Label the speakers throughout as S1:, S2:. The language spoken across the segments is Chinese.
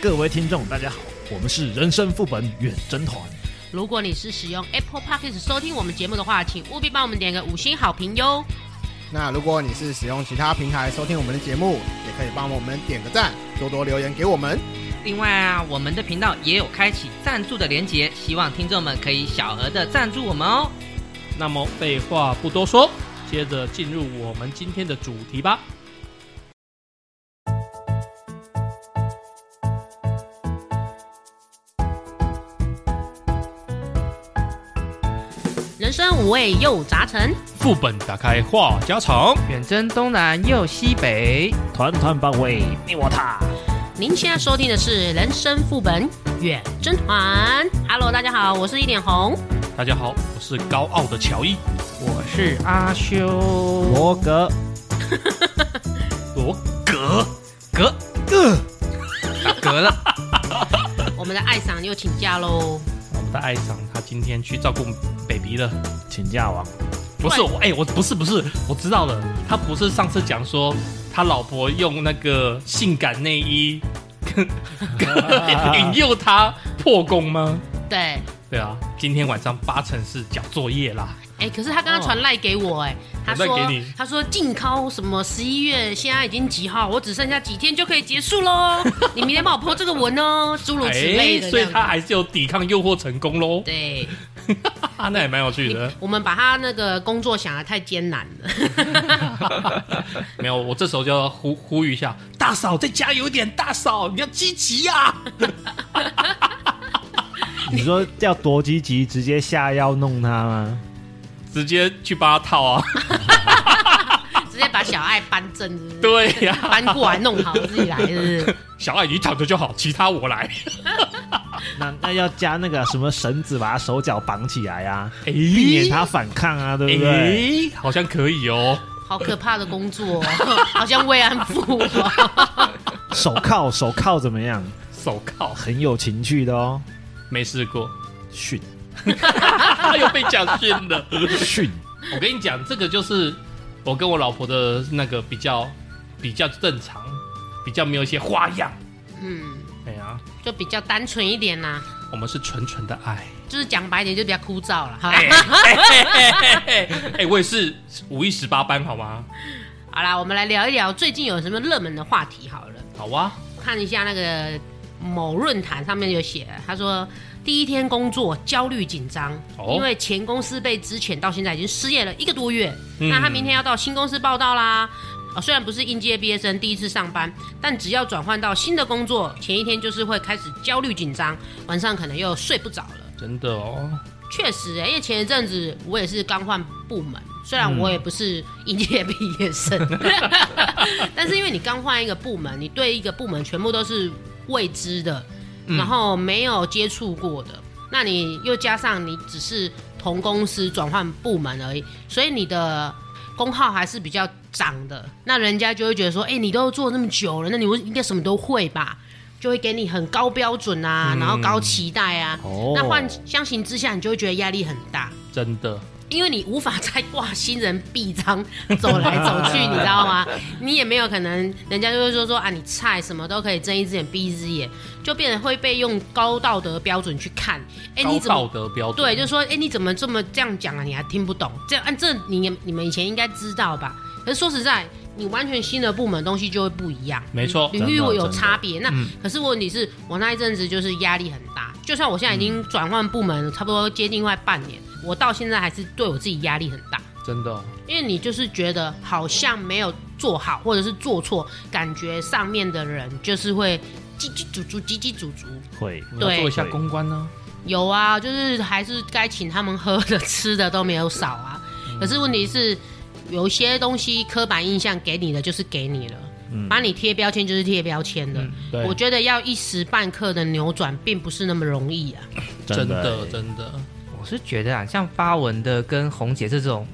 S1: 各位听众，大家好，我们是人生副本远征团。
S2: 如果你是使用 Apple Podcast 收听我们节目的话，请务必帮我们点个五星好评哟。
S3: 那如果你是使用其他平台收听我们的节目，也可以帮我们点个赞，多多留言给我们。
S4: 另外啊，我们的频道也有开启赞助的连结，希望听众们可以小额的赞助我们哦。
S5: 那么废话不多说，接着进入我们今天的主题吧。
S2: 人生五味又杂陈，
S5: 副本打开话家常，
S4: 远征东南又西北，
S1: 团团包围你我他。
S2: 您现在收听的是《人生副本远征团》。Hello，大家好，我是一点红。
S5: 大家好，我是高傲的乔伊
S4: 我是阿修。
S1: 罗格，
S5: 罗格格
S4: 打嗝了，
S2: 我们的爱赏又请假喽，
S5: 我们的爱长他今天去照顾 baby 了，
S1: 请假王，
S5: 不是我哎、我不是不是，我知道了，他不是上次讲说他老婆用那个性感内衣引诱他破功吗？
S2: 对，哎、
S5: 对啊，今天晚上八成是交作业啦。
S2: 可是他刚刚传赖给我、哎、他
S5: 我哦赖
S2: 说
S5: 给你
S2: 他说静考什么十一月现在已经几号，我只剩下几天就可以结束 喽，你明天帮我破这个文哦，诸如此类的这
S5: 哎所以
S2: 样子。
S5: 他还是有抵抗诱惑成功喽。
S2: 对，
S5: 啊，那也蛮有趣的。
S2: 我们把他那个工作想的太艰难了。
S5: 没有，我这时候就要呼呼吁一下，大嫂再加油一点，大嫂你要积极呀、
S1: 你说要多积极，直接下药弄他吗？
S5: 直接去帮他套啊。
S2: 直接把小爱搬正是不是，
S5: 对呀、
S2: 搬过来弄好自己来，是不是？
S5: 小爱你躺着就好，其他我来。
S1: 那那要加那个什么绳子，把他手脚绑起来啊，
S5: 哎、
S1: 避免他反抗啊，对不对？
S5: 哎、好像可以哦。
S2: 好可怕的工作、哦， 好像慰安妇、哦。
S1: 手铐，手铐怎么样？
S5: 手铐
S1: 很有情趣的哦，
S5: 没试过，
S1: 训
S5: 他又被讲训 了。
S1: 训，
S5: 我跟你讲，这个就是我跟我老婆的那个比较比较正常，比较没有一些花样。
S2: 嗯，
S5: 哎呀、
S2: 就比较单纯一点啦，
S5: 我们是纯纯的爱。
S2: 就是讲白一点，就比较枯燥了。好 啦
S5: 哎哎哎哎哎，我也是五一十八班，好吗？
S2: 好啦，我们来聊一聊最近有什么热门的话题好了。
S5: 好啊，
S2: 看一下那个某论坛上面有写，他说第一天工作焦虑紧张，
S5: 哦
S2: 因为前公司被资遣到现在已经失业了一个多月，
S5: 嗯
S2: 那他明天要到新公司报道啦。啊，虽然不是应届毕业生第一次上班，但只要转换到新的工作，前一天就是会开始焦虑紧张，晚上可能又睡不着了。
S5: 真的哦，
S2: 确实、欸，因为前一阵子我也是刚换部门，虽然我也不是应届毕业生， 但是因为你刚换一个部门，你对一个部门全部都是未知的，然后没有接触过的，那你又加上你只是同公司转换部门而已，所以你的。功耗还是比较涨的，那人家就会觉得说，哎、你都做那么久了，那你为应该什么都会吧？就会给你很高标准啊，然后高期待啊。
S1: 哦
S2: 那换相形之下，你就会觉得压力很大，
S5: 真的，
S2: 因为你无法再挂新人臂章走来走去，你知道 吗？你也没有可能，人家就会说说啊，你菜什么都可以睁一只眼闭一只眼，就变得会被用高道德标准去看。哎、
S5: 高
S2: 你怎
S5: 道
S2: 么？
S5: 德标准，
S2: 对，就说哎、你怎么这么这样讲啊？你还听不懂？这按这你也你们以前应该知道吧？可是说实在，你完全新的部门东西就会不一样。
S5: 没错
S2: 领
S1: 真
S2: 域
S1: 的
S2: 我有
S1: 真的
S2: 差别。那、
S5: 嗯
S2: 可是问题是我那一阵子就是压力很大，就算我现在已
S1: 嗯
S2: 经转换部门，差不多接近快半年，我到现在还是对我自己压力很大，
S5: 真的哦、
S2: 因为你就是觉得好像没有做好，或者是做错，感觉上面的人就是会叽叽足足，叽叽足足。
S1: 会
S5: 我们要
S2: 对
S5: 做一下公关呢、
S2: 有啊，就是还是该请他们喝的、吃的都没有少啊。
S5: 嗯
S2: 可是问题是，有些东西刻板印象给你的就是给你了，把你贴标签就是贴标签的。
S5: 嗯对
S2: 我觉得要一时半刻的扭转，并不是那么容易啊。
S5: 真的
S1: 的
S5: 真的，
S4: 我是觉得啊，像发文的跟红姐这种，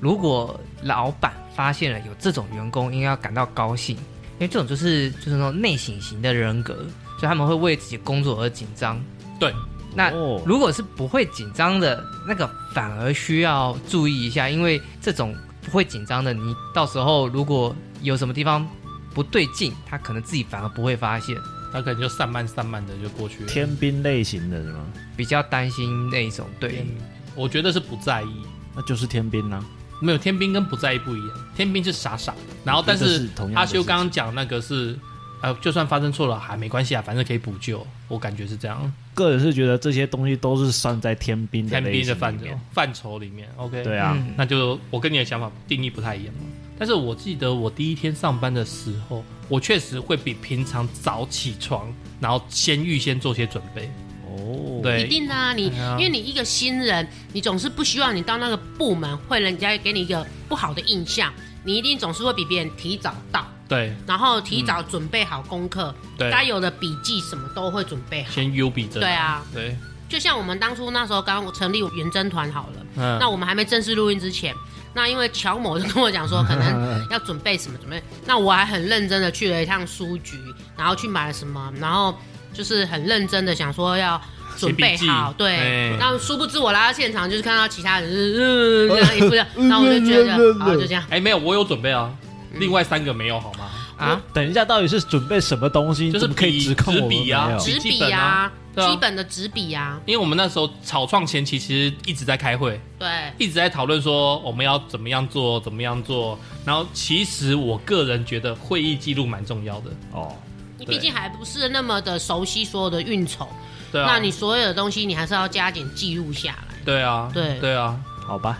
S4: 如果老板发现了有这种员工，应该要感到高兴，因为这种就是就是那种内省型的人格，所以他们会为自己工作而紧张。
S5: 对，
S4: 那
S1: 哦
S4: 如果是不会紧张的那个，反而需要注意一下，因为这种不会紧张的，你到时候如果有什么地方不对劲，他可能自己反而不会发现。
S5: 他可能就散漫散漫的就过去了。
S1: 天兵类型的是吗？
S4: 比较担心那一种，对，嗯
S5: 我觉得是不在意，
S1: 那就是天兵啊啦、
S5: 没有天兵跟不在意不一样，天兵是傻傻的，然后但
S1: 我觉得
S5: 是
S1: 是同样的
S5: 阿修
S1: 事情
S5: 刚刚讲那个是，呃，就算发生错了还没关系啊，反正可以补救，我感觉是这样，
S1: 个人是觉得这些东西都是算在天兵的
S5: 天
S1: 类
S5: 兵的
S1: 型
S5: 范
S1: 里
S5: 畴
S1: 面。
S5: 范畴里面，OK，
S1: 对啊，
S4: 嗯
S5: 那就我跟你的想法定义不太一样。但是我记得我第一天上班的时候，我确实会比平常早起床，然后先预先做些准备。
S4: 嗯
S1: 哦，
S5: 对
S2: 一定啊，你
S5: 对啊
S2: 因为你一个新人，你总是不希望你到那个部门会人家给你一个不好的印象，你一定总是会比别人提早到，
S5: 对
S2: 然后提早准备好功课，
S5: 嗯对，
S2: 该有的笔记什么都会准备好。
S5: 先优比着。
S2: 对啊，
S5: 对，
S2: 就像我们当初那时候刚成立原真团好了，
S5: 嗯，
S2: 那我们还没正式录音之前，那因为乔某就跟我讲说，可 能要准备什么准备，那我还很认真的去了一趟书局，然后去买了什么，然后就是很认真的想说要准备好，
S5: 写笔记
S2: 对
S5: 哎。
S2: 那殊不知我来到现场，就是看到其他人就是 呃这样一副这样，
S5: 嗯
S2: 那我就觉得，好就这样。
S5: 哎、没有，我有准备啊，另外三个没有好吗？
S4: 啊，
S1: 等一下，到底是准备什么东西？
S5: 就是
S1: 怎么可以
S5: 笔
S1: 指控我们
S5: 纸笔啊
S1: 没有
S5: 纸
S2: 纸
S5: 笔
S2: 笔
S5: 记本啊
S2: 啊，
S5: 对啊
S2: 基本的纸笔啊，
S5: 因为我们那时候草创前期其实一直在开会，
S2: 对，
S5: 一直在讨论说我们要怎么样做，怎么样做。然后其实我个人觉得会议记录蛮重要的，
S1: 哦，
S2: 你
S5: 对
S2: 毕竟还不是那么的熟悉所有的运筹，
S5: 对啊，
S2: 那你所有的东西你还是要加紧记录下来。
S5: 对啊，
S2: 对
S5: 对啊，
S1: 好吧，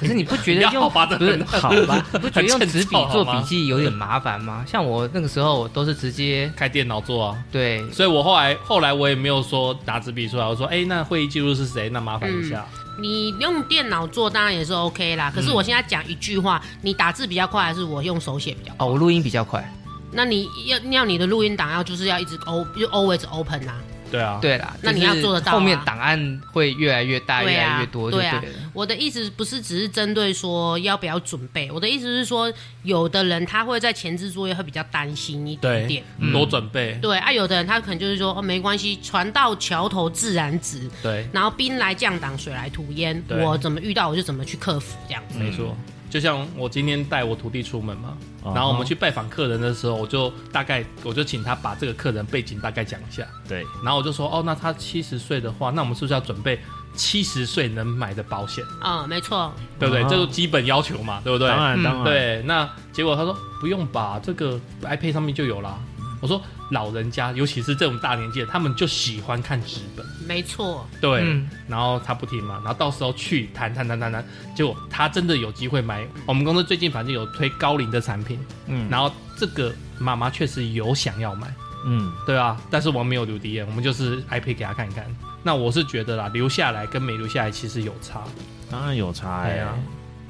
S4: 可是你不觉
S5: 你
S4: 得
S5: 要
S4: 用
S5: 好吧这
S4: 不是
S5: 很
S1: 好吧，
S4: 你不觉得用纸笔做
S5: 很欠揍好
S4: 笔
S5: 吗
S4: 记有点麻烦吗？像我那个时候，我都是直接
S5: 开电脑做啊。
S4: 对
S5: 所以我后来后来我也没有说拿纸笔出来，我说哎、那会议记录是谁？那麻烦一下。
S2: 你用电脑做当然也是 OK
S4: 嗯
S2: 啦，可是我现在讲一句话，你打字比较快，还是我用手写比较快？
S4: 哦，我录音比较快，
S2: 那你要要你的录音档要就是要一直 o 就 always open 啊。
S5: 对啊，
S4: 对啦，
S2: 那你
S4: 就是
S2: 要做得到啊
S4: 后面档案会越来越大，
S2: 对
S4: 哎越
S2: 啊
S4: 来越多，就
S2: 对啊
S4: 了。
S2: 我的意思不是只是针对说要不要准备，我的意思是说，有的人他会在前置作业会比较担心一点点
S5: 对。，嗯多准备。
S2: 对啊，有的人他可能就是说哦，没关系，船到桥头自然直，
S5: 对，
S2: 然后兵来将挡，水来土掩，
S5: 对嗯
S2: 我怎么遇到我就怎么去克服这样子。
S5: 没错。就像我今天带我徒弟出门嘛，
S1: 哦
S5: 然后我们去拜访客人的时候，我就大概我就请他把这个客人背景大概讲一下，
S1: 对，
S5: 然后我就说哦，那他七十岁的话，那我们是不是要准备七十岁能买的保险，
S2: 嗯，没错，
S5: 对不对？
S1: 哦
S5: 这是基本要求嘛，对不对？
S1: 当然
S4: 嗯
S1: 当然，，
S5: 对，那结果他说不用吧，这个 iPad 上面就有啦。我说老人家，尤其是这种大年纪的，他们就喜欢看纸本，
S2: 没错，
S5: 对。
S4: 嗯
S5: 然后他不听嘛，然后到时候去谈谈谈谈谈，结果他真的有机会买。我们公司最近反正有推高龄的产品，
S1: 嗯
S5: 然后这个妈妈确实有想要买，
S1: 嗯，
S5: 对啊，但是我们没有留底眼，我们就是 iPad 给他看看。那我是觉得啦，留下来跟没留下来其实有差，
S1: 当然有差哎、
S5: 对啊，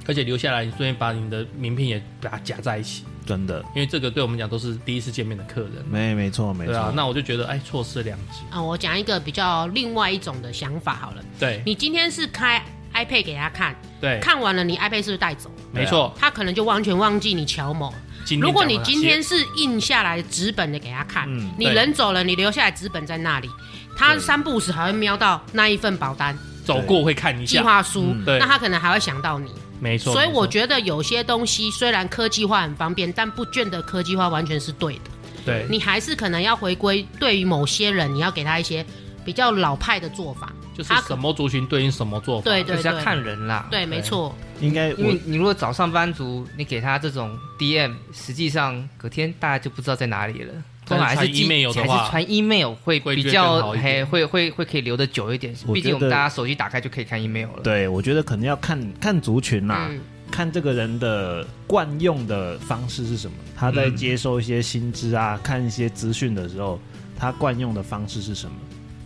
S5: 而且留下来你顺便把你的名片也把它夹在一起。
S1: 真的，
S5: 因为这个对我们讲都是第一次见面的客人，
S1: 没没错没
S5: 对
S1: 错、
S5: 啊，那我就觉得哎，错失良机。
S2: 啊、我讲一个比较另外一种的想法好了。
S5: 对
S2: 你今天是开 iPad 给他看，
S5: 嗯对，
S2: 看完了你 iPad 是不是带走了？
S5: 没错。
S2: 他可能就完全忘记你乔某。
S5: 今天
S2: 啊如果
S5: 讲了
S2: 你
S5: 哪
S2: 今
S5: 些
S2: 天是印下来纸本的给他看，
S1: 嗯
S2: 你
S5: 对
S2: 人走了，你留下来纸本在那里，他
S1: 对
S2: 三不五时还会瞄到那一份保单、
S5: 走过会看一
S2: 计
S5: 下，
S2: 划书，
S1: 嗯
S5: 对
S2: 那他可能还会想到你。
S5: 没错。
S2: 所以
S5: 没
S2: 我
S5: 错
S2: 觉得有些东西虽然科技化很方便，但不见得科技化完全是对的。
S5: 对
S2: 你还是可能要回归对于某些人，你要给他一些比较老派的做法。
S5: 就是
S2: 他可
S5: 什么族群对应什么做法，
S2: 对对
S4: 就是
S2: 对，
S4: 要看人啦。
S2: 对，没错，
S5: 哎
S1: 应该
S4: 因为
S1: 我
S4: 你如果找上班族，你给他这种 DM，实际上隔天大家就不知道在哪里了。通常还是
S5: 但是传 email 的话
S4: 还是传 email 会
S5: 会
S4: 比
S5: 更
S4: 较
S5: 好一点
S4: 嘿，会会会可以留的久一点
S1: 我觉得。
S4: 毕竟我们大家手机打开就可以看 email 了。
S1: 对我觉得可能要看看族群啦、
S2: 嗯
S1: 看这个人的惯用的方式是什么，他在
S5: 嗯
S1: 接受一些新知啊，看一些资讯的时候，他惯用的方式是什么？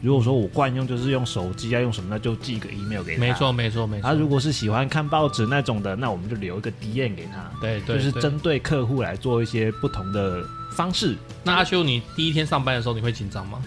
S1: 如果说我惯用就是用手机啊，用什么，那就寄一个 email 给他。
S5: 没错没错没错。
S1: 啊，如果是喜欢看报纸那种的，那我们就留一个 DM 给他，
S5: 对对，
S1: 就是
S5: 对。
S1: 针对客户来做一些不同的方式。
S5: 那阿修，你第一天上班的时候你会紧张吗？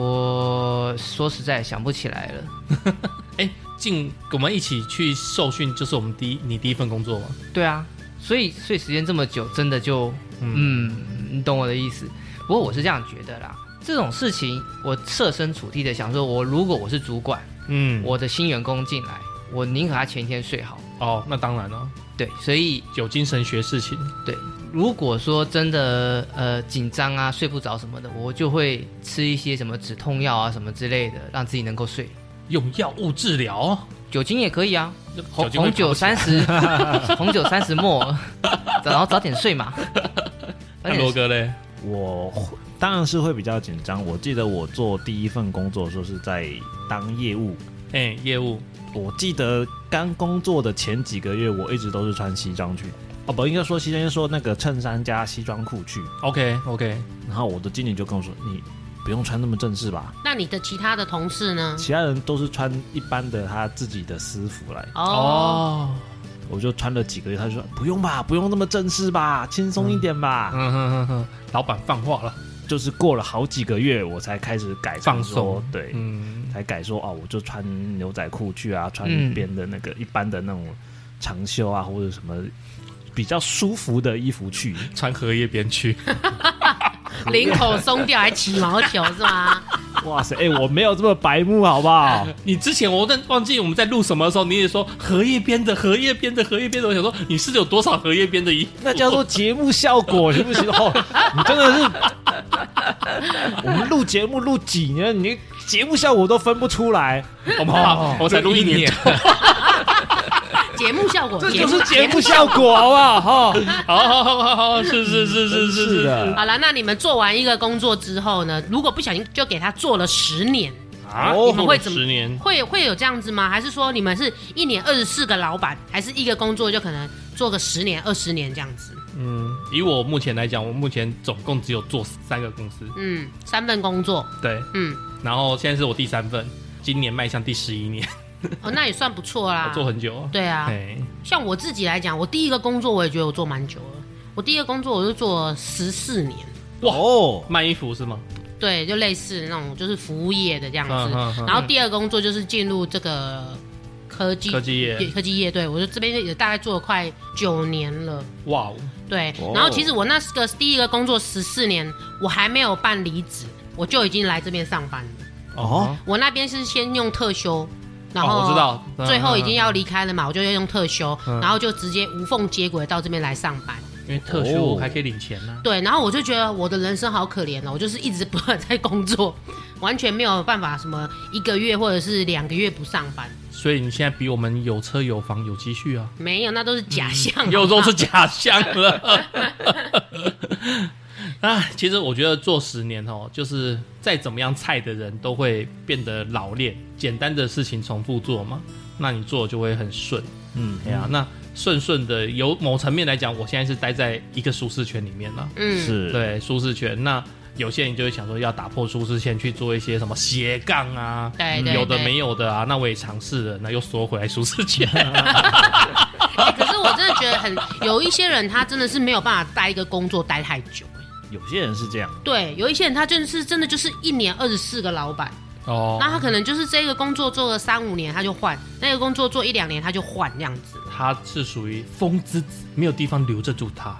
S4: 我说实在想不起来了。
S5: 哎，进我们一起去受训，就是我们第一你第一份工作嘛。
S4: 对啊，所以所以时间这么久，真的就嗯你懂我的意思。不过我是这样觉得啦，这种事情我设身处地的想说，我如果我是主管，
S5: 嗯，
S4: 我的新员工进来，我宁可他前一天睡好。
S5: 哦，那当然了，
S4: 对，所以
S5: 有精神学事情，
S4: 对，如果说真的呃紧张啊睡不着什么的，我就会吃一些什么止痛药啊什么之类的，让自己能够睡。
S5: 用药物治疗，
S1: 啊
S4: 酒精也可以啊，红
S5: 酒精会
S4: 红酒
S5: 烤起来
S4: 三十， 红酒三十末，然后早点睡嘛。早
S5: 那
S4: 点
S5: 罗哥嘞，
S1: 我会当然是会比较紧张。我记得我做第一份工作的时候是在当业务，
S5: 哎，业务
S1: 我记得刚工作的前几个月，我一直都是穿西装去。哦，不应该说西装，应该说那个衬衫加西装裤去。
S5: ，OK OK，
S1: 然后我的经理就跟我说：“你不用穿那么正式吧，
S2: 那你的其他的同事呢？
S1: 其他人都是穿一般的他自己的私服来。
S2: 哦，
S5: 哦，”
S1: 我就穿了几个月，他就说：“不用吧，不用那么正式吧，轻松一点吧。
S5: 嗯哼哼哼，老板放话了，
S1: 就是过了好几个月，我才开始改成
S5: 放
S1: 说
S5: 松
S1: 对，
S5: 嗯，
S1: 才改说哦，我就穿牛仔裤去啊，穿
S4: 嗯
S1: 一边的那个一般的那种长袖啊，或者什么比较舒服的衣服去。
S5: 穿荷叶边去，
S2: 领口松掉还起毛球是 吗？
S1: 哇塞，哎、我没有这么白目，好不好？
S5: 你之前我忘忘记我们在录什么的时候，你也说荷叶边的荷叶边的荷叶边的，我想说你是有多少荷叶边 的衣服？
S1: 那叫做节目效果，行不行？哦，你真的是， 我们录节目录几年，你节目效果都分不出来，
S5: 我们好我才录哦一年，
S2: 节目效果，
S1: 这就是节目效果，好不好？哈、
S5: 好好好好好，是是是是是
S1: 是
S5: 是，
S1: 的，
S2: 好了，那你们做完一个工作之后呢？如果不小心就给他做了十年，
S5: 啊
S1: 哦
S5: 你们
S2: 会怎么
S5: 十年？
S2: 会会有这样子吗？还是说你们是一年二十四个老板，还是一个工作就可能做个十年、二十年这样子？
S5: 嗯，以我目前来讲，我目前总共只有做三个公司，
S2: 嗯，三份工作，
S5: 对，
S2: 嗯，
S5: 然后现在是我第三份，今年迈向第十一年，
S2: 哦，那也算不错啦
S5: 我。做很久哦，
S2: 对啊，
S5: 哎，
S2: 像我自己来讲，我第一个工作我也觉得我做蛮久了。我第一个工作我就做十四年，
S5: 哇
S1: 哦，
S5: 卖衣服是吗？
S2: 对，就类似那种就是服务业的这样子。
S5: 嗯嗯嗯
S2: 然后第二个工作就是进入这个科技
S5: 科技业
S2: 对科技业，对我就这边也大概做了快九年了。
S5: 哇哦，
S2: 对
S1: 哦，
S2: 然后其实我那个第一个工作十四年，我还没有办离职，我就已经来这边上班了。
S1: 哦
S2: 我那边是先用特休，然后、
S5: 哦我知道嗯
S2: 最后已经要离开了嘛，我就用特休，
S5: 嗯
S2: 然后就直接无缝接轨到这边来上班。
S5: 因为特休还可以领钱啊呢、
S2: 对，然后我就觉得我的人生好可怜哦，我就是一直不断地在工作，完全没有办法什么一个月或者是两个月不上班，
S5: 所以你现在比我们有车有房有积蓄啊，
S2: 没有，那都是假象。
S5: 又
S2: 好不
S5: 都
S2: 好
S5: 是假象了。 啊，其实我觉得做十年哦，就是再怎么样菜的人都会变得老练，简单的事情重复做嘛，那你做就会很顺。
S1: 嗯，
S5: 哎呀、那顺顺的，有某层面来讲，我现在是待在一个舒适圈里面了。
S2: 嗯，
S1: 是，
S5: 对舒适圈。那有些人就会想说要打破舒适圈去做一些什么斜杠啊，
S2: 对对
S5: 有的
S2: 对
S5: 没有的啊。那我也尝试了，那又缩回来舒 适圈。
S2: 哎可是我真的觉得很有一些人，他真的是没有办法待一个工作待太久。欸
S1: 有些人是这样，
S2: 对，有一些人他就是真的就是一年二十四个老板，
S5: 哦
S2: 那他可能就是这个工作做了三五年他就换，那个工作做一两年他就换这样子。
S5: 他是属于风之子，没有地方留得 住他。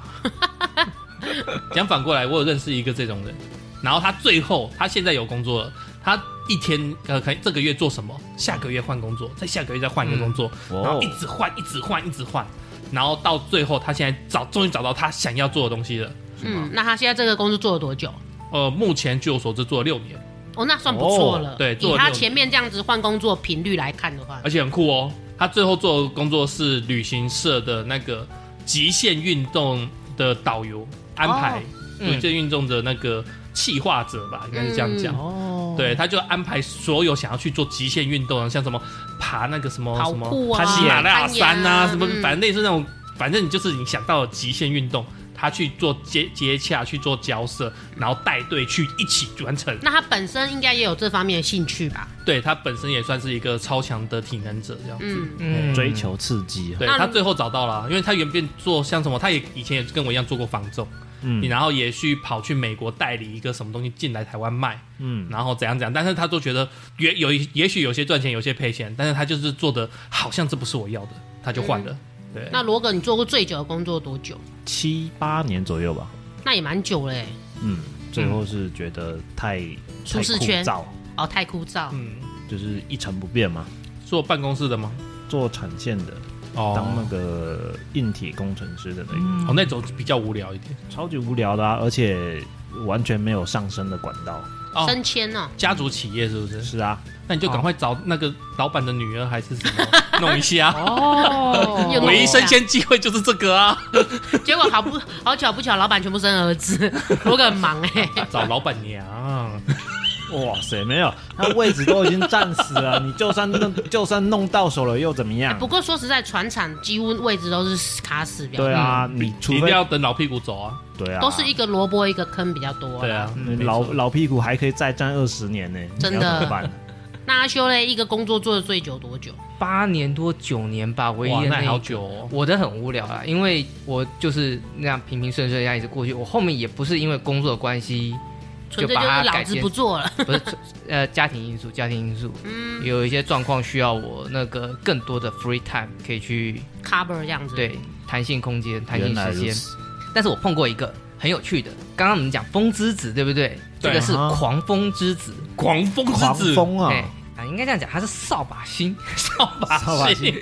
S5: 讲反过来，我有认识一个这种人，然后他最后他现在有工作了，他一天呃，可能这个月做什么，下个月换工作，再下个月再换一个工作，
S1: 嗯
S5: 然后
S1: 哦
S5: 一直换，一直换，一直换，然后到最后他现在找终于找到他想要做的东西了。
S2: 嗯，那他现在这个工作做了多久？
S5: 呃，目前据我所知做了六年，
S2: 哦，那算不错了。
S5: 哦对做
S2: 以
S5: 了
S2: 他
S5: 六
S2: 前面这样子换工作频率来看的话，
S5: 而且很酷哦。他最后做的工作是旅行社的那个极限运动的导游安
S2: 哦
S5: 排，
S4: 嗯
S5: 极限运动的那个企划者吧，应该是这样
S2: 嗯
S5: 讲。
S1: 哦，
S5: 对，他就安排所有想要去做极限运动的，啊像什么爬那个什么
S2: 跑
S5: 什
S2: 酷
S5: 么
S2: 啊
S5: 喜马拉雅山
S2: 攀岩啊
S5: 啊，什么
S2: 嗯
S5: 反正类似那种，反正就是你想到的极限运动，他去做接接洽，去做交涉，然后带队去一起完成。
S2: 那他本身应该也有这方面的兴趣吧？
S5: 对他本身也算是一个超强的体能者，这样。
S2: 嗯，
S4: 嗯
S1: 追求刺激，
S5: 对
S2: 那
S5: 他
S2: 如
S5: 最后找到了啊，因为他原本做像什么，他也以前也跟我一样做过房仲，
S1: 嗯
S5: 你然后也去跑去美国代理一个什么东西进来台湾卖，
S1: 嗯，
S5: 然后怎样怎样，但是他都觉得也有也许有些赚钱，有些赔钱，但是他就是做的好像这不是我要的，他就换了。对，
S2: 嗯那罗哥，你做过最久的工作多久？
S1: 七八年左右吧，
S2: 那也蛮久了欸
S1: 嗯，最后是觉得太
S2: 舒适
S1: 太
S2: 圈
S1: 枯燥
S2: 哦，太枯燥。
S5: 嗯，
S1: 就是一成不变嘛。
S5: 做办公室的吗？
S1: 做产线的，
S5: 哦
S1: 当那个硬体工程师的那个，
S2: 嗯
S5: 哦那种比较无聊一点
S1: 超级无聊的啊，而且完全没有上升的管道。
S5: 哦。
S2: 升迁哦，
S5: 家族企业是不是？
S1: 是啊，
S5: 那你就赶快找那个老板的女儿还是什 么弄一下。
S4: 哦
S2: 有
S5: 唯一升迁机会就是这个啊，
S2: 结果好不好巧不巧，老板全部生儿子， 我很忙哎、
S5: 找老板娘。
S1: 哇塞，没有，他位置都已经占死了，你就算 弄就算弄到手了又怎么样？
S2: 哎不过说实在，船厂几乎位置都是卡死比较
S1: 对
S2: 多，
S1: 啊，
S5: 嗯
S1: 你除
S5: 一定
S1: 非
S5: 要等老屁股走啊。
S1: 对啊，
S2: 都是一个萝卜一个坑比较多。
S5: 对，啊，
S1: 嗯
S5: 没
S1: 老
S5: 错
S1: 老屁股还可以再站二十年呢，
S2: 真的
S1: 你要怎么办？
S2: 那阿修嘞，一个工作做的最久多久？
S4: 八年多九年吧，唯
S5: 哇
S4: 一的
S5: 那
S4: 那
S5: 好
S4: 一
S5: 久哦。
S4: 我的很无聊啦，因为我就是那样平平顺顺这样一直过去。我后面也不是因为工作的关系，
S2: 纯粹
S4: 把
S2: 就
S4: 它
S2: 是
S4: 改
S2: 老子
S4: 变
S2: 不做了。
S4: 不是 呃家庭因素，家庭因素，有一些状况需要我那个更多的 free time 可以去
S2: cover 这样子。，
S4: 对弹性空间、弹
S1: 原
S4: 性
S1: 来
S4: 时
S1: 如
S4: 间。
S1: 此，
S4: 但是我碰过一个很有趣的，刚刚我们讲风之子对不对？
S5: 对
S4: 这个是
S1: 啊
S4: 狂风之子，
S5: 狂风
S1: 狂
S5: 之子，
S1: 风啊
S4: 哎、！啊，应该这样讲，他是扫把 星，
S5: 扫把星。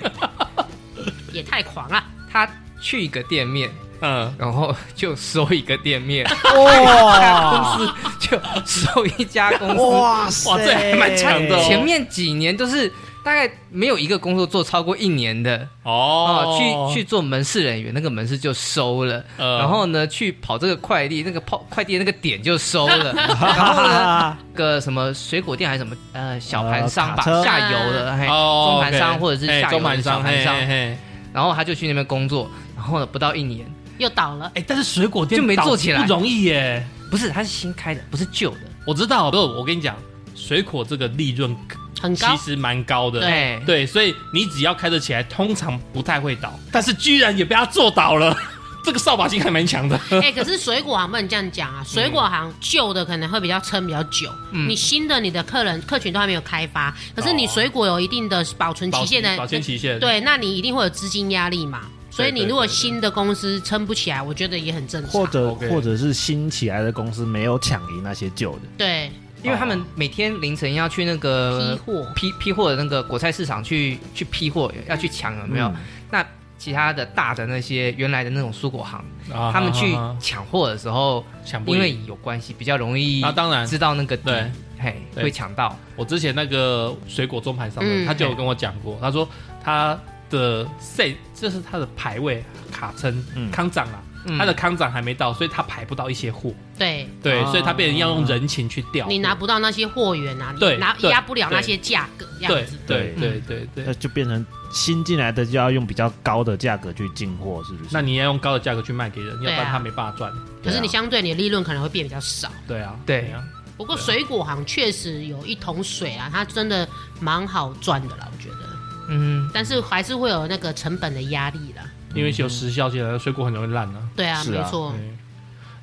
S2: 也太狂了。
S4: 他去一个店面，
S5: 嗯，
S4: 然后就收一个店面，
S1: 哇
S4: 就收一家公司。
S1: 哇塞
S5: 哇这还蛮强的哦
S4: 前面几年都是大概没有一个工作做超过一年的
S5: 哦，
S4: 哦，去去做门市人员，那个门市就收了，
S5: 呃
S4: 然后呢去跑这个快递，那个跑快递的那个点就收 了，然后呢那个什么水果店还是什么呃小盘商
S1: 呃卡
S4: 吧、
S1: 车
S4: 下游的，嘿
S5: 哦
S4: 中盘商
S5: OK
S4: 或者是
S5: 哎
S4: 下游的
S5: 中盘商，
S4: 小盘商
S5: 嘿嘿嘿
S4: 然后他就去那边工作，然后呢不到一年，
S2: 又倒了，
S5: 哎，但是水果店
S4: 就没
S5: 倒
S4: 做起来
S5: 不容易耶。
S4: 不是他是新开的，不是旧的，
S5: 我知道，不是我跟你讲，水果这个利润
S2: 很
S5: 其
S2: 高。
S5: 实蛮高的，
S4: 对
S5: 对，所以你只要开得起来，通常不太会倒，但是居然也被他做倒了， 这个扫把星还蛮强的。
S2: 哎、可是水果行不能这样
S5: 嗯
S2: 讲啊，水果行旧的可能会比较撑比较久，你新的你的客人客群都还没有开发，可是你
S5: 哦
S2: 水果有一定的保存期限的，
S5: 保鲜期限，
S2: 对，那你一定会有资金压力嘛。所以你如果新的公司撑不起来，我觉得也很正常。
S1: 或者
S5: OK
S1: 或者是新起来的公司没有抢赢那些旧的，
S5: 嗯
S2: 对
S4: 因为他们每天凌晨要去那
S2: 批
S5: 呃
S4: 个
S2: 货，
S4: 批批货的那个果菜市场去去批货，要去抢有没有？
S1: 嗯
S4: 那其他的大的那些原来的那种蔬果行，
S5: 啊，
S4: 他们
S5: 哈
S4: 去
S5: 哈哈
S4: 抢货的时候，
S5: 抢不
S4: 因为
S5: 赢。
S4: 有关系比较容易
S5: 啊当然
S4: 知道那个底
S5: 对，
S4: 嘿，
S5: 对
S4: 会抢到。
S5: 我之前那个水果中盘商的，
S2: 嗯
S5: 他就有跟我讲过，他说他的 C 就是他的排位卡称、
S1: 嗯
S5: 康长啊，
S4: 嗯
S5: 他的康长还没到，所以他排不到一些货，
S2: 对
S5: 对，
S4: 啊
S5: 所以他变成要用人情去调货。
S2: 你拿不到那些货源啊，
S5: 对
S2: 你拿
S5: 对
S2: 压不了那
S5: 对
S2: 些价格，这
S5: 对
S2: 样子。
S5: 对
S4: 嗯
S5: 对对对
S1: 那，就变成新进来的就要用比较高的价格去进货，是不是？
S5: 那你要用高的价格去卖给人，要
S2: 对啊
S5: 不然他没办法赚。
S2: 可是你
S1: 对啊
S2: 相对你的利润可能会变比较少。
S5: 对啊，
S4: 对
S5: 啊，
S2: 不过水果行确实有一桶水啊，它真的蛮好赚的啦，我觉得。
S4: 嗯，
S2: 但是还是会有那个成本的压力啦。
S5: 因为有时效性，水果很容易烂啊。
S2: 对啊，
S1: 是
S2: 没
S1: 啊
S2: 错。
S5: 对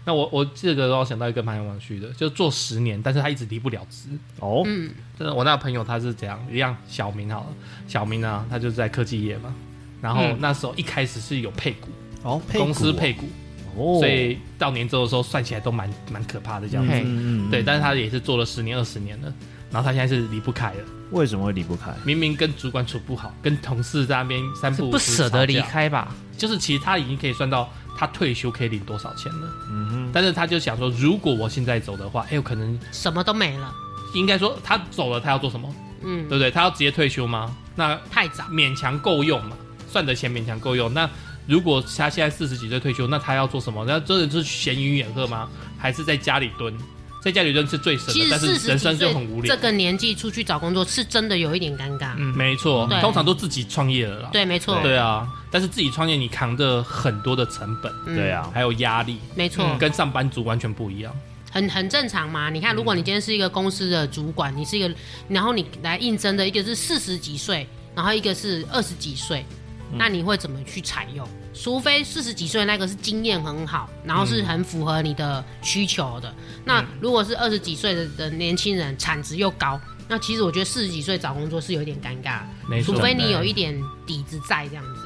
S5: 那我我这个让我想到一个蛮有趣的，就做十年，但是他一直离不了职。
S1: 哦，
S2: 嗯，
S5: 就是我那个朋友他是怎样一样，小明好了，小明呢、他就是在科技业嘛，然后
S4: 嗯
S5: 那时候一开始是有配股，
S1: 哦，配股
S5: 公司配股，
S1: 哦，
S5: 所以到年终的时候算起来都蛮蛮可怕的这样子。
S4: 嘿
S1: 嗯
S5: 对，但是他也是做了十年二十年了，然后他现在是离不开了，
S1: 为什么会离不开？
S5: 明明跟主管处不好，跟同事在那边三
S4: 是
S5: 不五
S4: 不
S5: 时
S4: 舍得
S5: 吵
S4: 离
S5: 架，
S4: 开吧？
S5: 就是其实他已经可以算到他退休可以领多少钱了，
S1: 嗯哼，
S5: 但是他就想说，如果我现在走的话，哎、有可能
S2: 什么都没了。
S5: 应该说他走了，他要做什么，
S2: 嗯
S5: 对，不对？他要直接退休吗？那
S2: 太早。
S5: 勉强够用嘛，赚的钱勉强够用。那如果他现在四十几岁退休，那他要做什么？那真的是闲云野鹤吗？还是在家里蹲？在家里蹲是最省
S2: 其
S5: 的，
S2: 实
S5: 但是
S2: 四十
S5: 人
S2: 几
S5: 生
S2: 岁
S5: 就很无聊。
S2: 这个年纪出去找工作是真的有一点尴尬。
S4: 嗯
S5: 没错
S2: 对，
S5: 通常都自己创业了啦。
S2: 对，没错。
S5: 对啊，但是自己创业你扛着很多的成本，
S2: 嗯
S1: 对，啊，
S5: 还有压力，
S2: 没错，
S5: 跟上班族完全不一样。
S2: 很很正常嘛。你看，如果你今天是一个公司的主管，你是一个，然后你来应征的一个是四十几岁，然后一个是二十几岁，那你会怎么去采用？除非四十几岁那个是经验很好，然后是很符合你的需求的。那如果是二十几岁的的年轻人，产值又高，那其实我觉得四十几岁找工作是有点尴尬的，
S5: 没错
S2: 除非你有一点底子在这样子。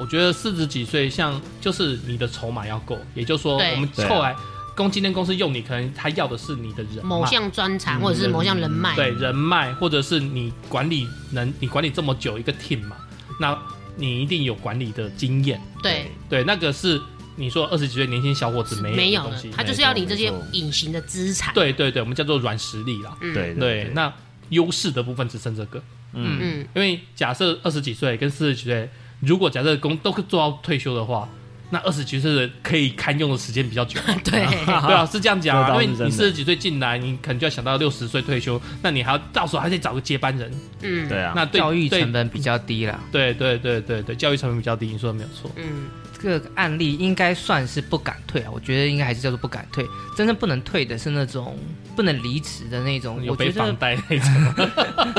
S5: 我觉得四十几岁，像就是你的筹码要够，也就是说，
S2: 对
S5: 我们
S1: 对啊
S5: 后来公今天公司用你，可能他要的是你的人
S2: 某
S5: 脉
S2: 项专长或者是某项人脉，
S5: 对人脉，或者是你管理能，你管理这么久一个 team 嘛，那你一定有管理的经验。
S2: 对，
S5: 对，那个是你说二十几岁年轻小伙子没
S2: 没
S5: 有
S2: 有
S5: 的东
S2: 了
S5: 西，。
S2: 他就是要你这些
S1: 没错
S2: 隐形的资产。，
S5: 对对对，我们叫做软实力啦。
S2: 嗯，
S1: 对
S5: 对，那优势的部分只剩这个，
S4: 嗯，
S2: 嗯，
S5: 因为假设二十几岁跟四十几岁，如果假设工都做到退休的话，那二十几岁的可以堪用的时间比较久 啊。
S2: 对，
S5: 对啊，是这样讲
S1: 这
S5: 啊，
S1: 倒是
S5: 因为你
S1: 真的
S5: 四十几岁进来，你可能就要想到六十岁退休，那你还要到时候还得找个接班人，
S2: 嗯，
S1: 对，啊，
S5: 那对
S4: 教育
S5: 对
S4: 成本比较低啦。
S5: 对对对对对，教育成本比较低，你说的没有错。
S2: 嗯，
S4: 这个案例应该算是不敢退啊，我觉得应该还是叫做不敢退。真正不能退的是那种不能离职的那种，
S5: 有
S4: 我
S5: 背
S4: 觉
S5: 房
S4: 得
S5: 贷那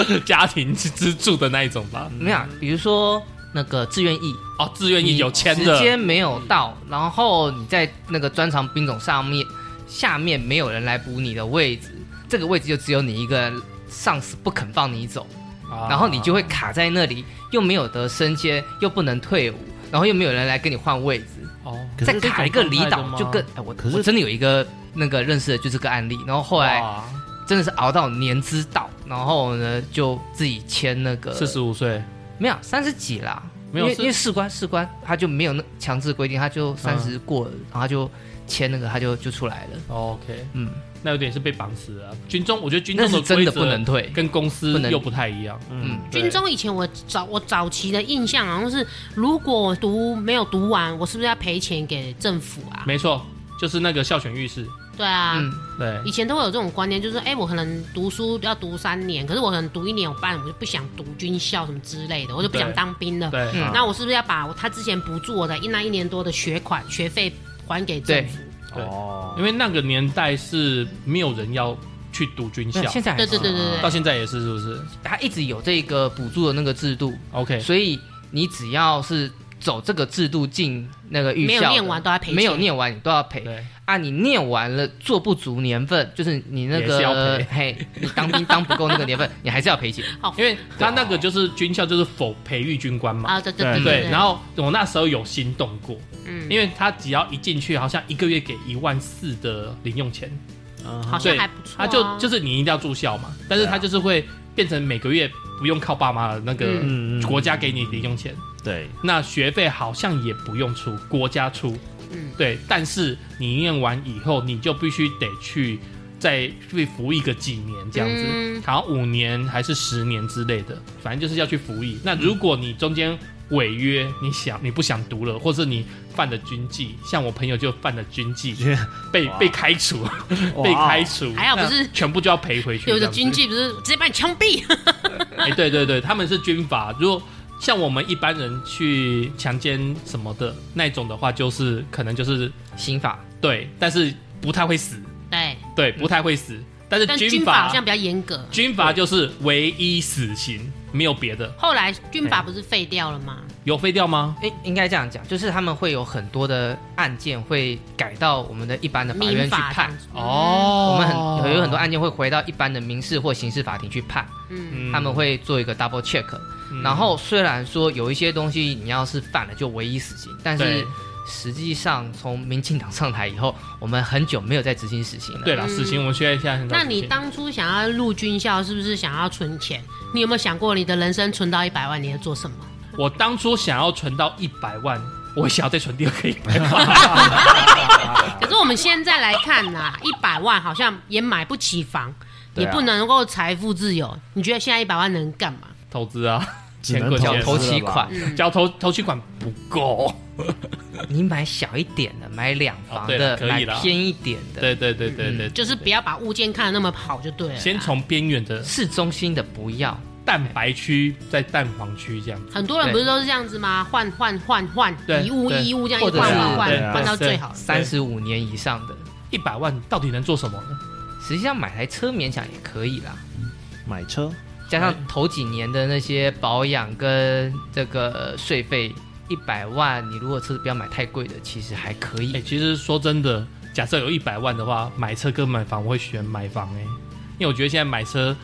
S5: 种， 家庭支柱的那一种吧。
S4: 没有啊，比如说那个志愿役，
S5: 哦，自愿意有签
S4: 时
S5: 的，
S4: 间没有到，然后你在那个专长兵种上面下面没有人来补你的位置，这个位置就只有你一个人，上司不肯放你走，然
S5: 然
S4: 后你就会卡在那里，又没有得升迁，又不能退伍，然后又没有人来跟你换位置，
S5: 哦，
S1: 可是
S4: 再
S1: 这种
S4: 卡一个离
S5: 状态的
S4: 岛
S5: 吗
S4: 就更哎我
S1: 可是
S4: 我真的有一个那个认识的就这个案例，然后后来
S5: 哇
S4: 真的是熬到年资到，然后呢就自己签那个
S5: 四十五岁，
S4: 没有三十几啦，
S5: 没有
S4: 因为
S5: 是
S4: 因为士官士官他就没有那强制规定，他就三
S5: 嗯
S4: 十过了，然后他就签那个，他就就出来了。
S5: 哦 OK，
S4: 嗯，
S5: 那有点是被绑死了。军中，我觉得军
S4: 那
S5: 中
S4: 是真
S5: 规
S4: 的不
S5: 则
S4: 能退。
S5: 跟公司
S4: 不能
S5: 又不太一样。
S4: 嗯，
S5: 对
S2: 军中以前我早我早期的印象好像是，如果我读没有读完，我是不是要赔钱给政府啊？
S5: 没错，就是那个校选浴室，
S2: 对啊，
S4: 嗯，
S5: 对
S2: 以前都会有这种观念，就是哎、我可能读书要读三年，可是我可能读一年我半，我就不想读军校什么之类的，我就不想
S5: 对
S2: 当兵了。
S5: 对，啊
S4: 嗯
S2: 那我是不是要把我他之前补助我的一那一年多的学款学费还给政府？
S5: 对
S1: 哦
S5: 因，为那个年代是没有人要去读军校
S4: 那，现在还
S2: 对
S4: 是
S2: 对对对
S5: 到
S2: 对，
S5: 现在也是，是不是
S4: 他一直有这个补助的那个制度，
S5: ？OK，
S4: 所以你只要是走这个制度进那个预
S2: 没
S4: 校
S2: 有
S4: 的，
S2: 念完都要赔钱，
S4: 没有念完你都要赔
S5: 对，
S4: 啊！你念完了做不足年份，就是你那
S5: 也是要
S4: 个
S5: 赔
S4: 嘿，你当兵当不够那个年份，你还是要赔钱。
S5: 因为他那个就是军校，就是否培育军官嘛。
S2: 啊，对对
S1: 对
S5: 对，
S2: 对，
S5: 然后我那时候有心动过，
S2: 嗯，
S5: 因为他只要一进去，好像一个月给一万四的零用钱，
S1: 嗯
S2: 好像
S5: 对
S2: 还不错、啊，
S5: 他就就是你一定要住校嘛，但是
S1: 对啊
S5: 他就是会变成每个月不用靠爸妈的那个
S1: 嗯嗯嗯
S5: 国家给你零用钱，
S1: 对，
S5: 那学费好像也不用出，国家出，
S2: 嗯
S5: 对，但是你念完以后，你就必须得去再去服役个几年这样子，
S2: 嗯
S5: 好像五年还是十年之类的，反正就是要去服役。那如果你中间违约，你想你不想读了，或是你犯了军纪，像我朋友就犯了军纪，被
S1: 哇
S5: 被开除，
S1: 哇
S5: 被开除，
S2: 还好不是
S5: 那全部就要赔回去。
S2: 有
S5: 这
S2: 的
S5: 样子
S2: 军，纪不是直接把你枪毙，
S5: 哎，对对对，他们是军法，如果。像我们一般人去强奸什么的那种的话，就是可能就是
S4: 刑法
S5: 对，但是不太会死，
S2: 对，
S5: 对，不太会死。但是
S2: 嗯但
S5: 军
S2: 军
S5: 法
S2: 好像比较严格。
S5: 军法就是唯一死刑，没有别的。
S2: 后来军法不是废掉了吗？
S5: 有废掉吗？
S4: 应应该这样讲，就是他们会有很多的案件会改到我们的一般的法
S2: 民
S4: 院去
S2: 法这
S4: 判
S2: 样，子，
S5: 哦
S4: 我们很有有很多案件会回到一般的民事或刑事法庭去判，
S2: 嗯，
S5: 嗯
S4: 他们会做一个 double check、然后虽然说有一些东西你要是犯了就唯一死刑，但
S5: 对
S4: 是实际上从民进党上台以后，我们很久没有在执行死刑了。
S5: 对了，死刑我们现在现在很
S2: 嗯
S5: 少
S2: 那
S5: 死
S2: 你
S5: 刑
S2: 当初想要入军校，是不是想要存钱？你有没有想过，你的人生存到一百万，你要做什么？
S5: 我当初想要存到一百万，我想要再存第二个一百万，
S2: 可是我们现在来看呐、啊，一百万好像也买不起房，
S1: 对啊
S2: 也不能够财富自由。你觉得现在一百万能干嘛？
S5: 投资啊，
S1: 只
S5: 钱
S1: 能
S5: 滚
S1: 投
S4: 缴
S5: 钱
S1: 资
S4: 头
S1: 了
S4: 期
S1: 吧
S4: 款，
S2: 嗯，
S5: 交投投期款不够。
S4: 你买小一点的，买两
S5: 哦
S4: 房
S5: 对
S4: 的，
S5: 了可
S4: 买
S5: 以啦
S4: 偏一点的，
S5: 对对对对对，
S2: 就是不要把物件看得那么好就对了啦。
S5: 先从边缘的
S4: 市中心的不要。
S5: 蛋白区，在蛋黄区这样。
S2: 很多人不是都是这样子吗？换换换换，
S5: 对
S2: 一物
S5: 对
S2: 一物这样
S4: 或
S2: 一
S4: 者
S2: 换
S4: 是
S2: 换
S1: 对啊
S2: 换，换到最好。
S4: 三十五年以上的，
S5: 一百万到底能做什么呢？
S2: 嗯
S4: 实际上买台车勉强也可以啦，
S1: 买车，
S4: 加上头几年的那些保养跟这个税费，一百万你如果车子不要买太贵的，其实还可
S5: 哎、
S4: 以。
S5: 其实说真的，假设有一百万的话，买车跟买房，我会选买房哎、因为我觉得现在买车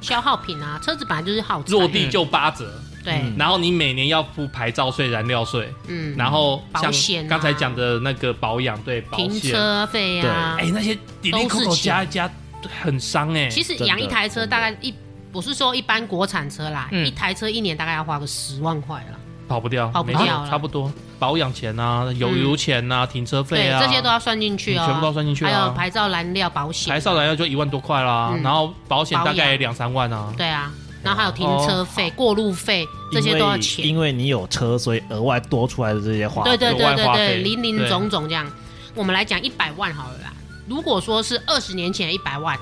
S2: 消耗品啊，车子本来就是耗材
S5: 落地就八折，
S2: 对，
S5: 然后你每年要付牌照税、燃料税，
S2: 嗯，
S5: 然后
S2: 保险
S5: 像
S2: 啊
S5: 刚才讲的那个保养，对保
S2: 停
S5: 险，
S2: 车费啊
S5: 哎、，那些滴滴
S2: 都
S5: 扣
S2: 是
S5: 扣
S2: 钱
S5: 加一加很伤哎、
S2: 其实
S1: 真的
S2: 养一台车大概一，我是说一般国产车啦，
S4: 嗯
S2: 一台车一年大概要花个十万块啦。
S5: 跑不掉，
S2: 跑不
S5: 没错
S2: 掉了嗯
S5: 差不多保养钱啊、油油钱啊、停车费
S2: 对，
S5: 啊，
S2: 这些都要算进去哦，
S5: 全部都算进去啊
S2: 还有牌照、燃料、保险，
S5: 台上来要就一万多块啦，
S2: 啊嗯
S5: 然后保险大
S2: 保
S5: 概
S2: 养
S5: 两三万啊，
S2: 对啊，然后还有停车费、过路费，这些都要钱。
S1: 因为你有车，所以额外多出来的这些花，
S2: 对对对
S5: 额外
S2: 对
S5: 花
S2: 对，
S5: 费
S2: 零零
S5: 对
S2: 总总这样。我们来讲一百万好了啦。如果说是二十年前的一百万，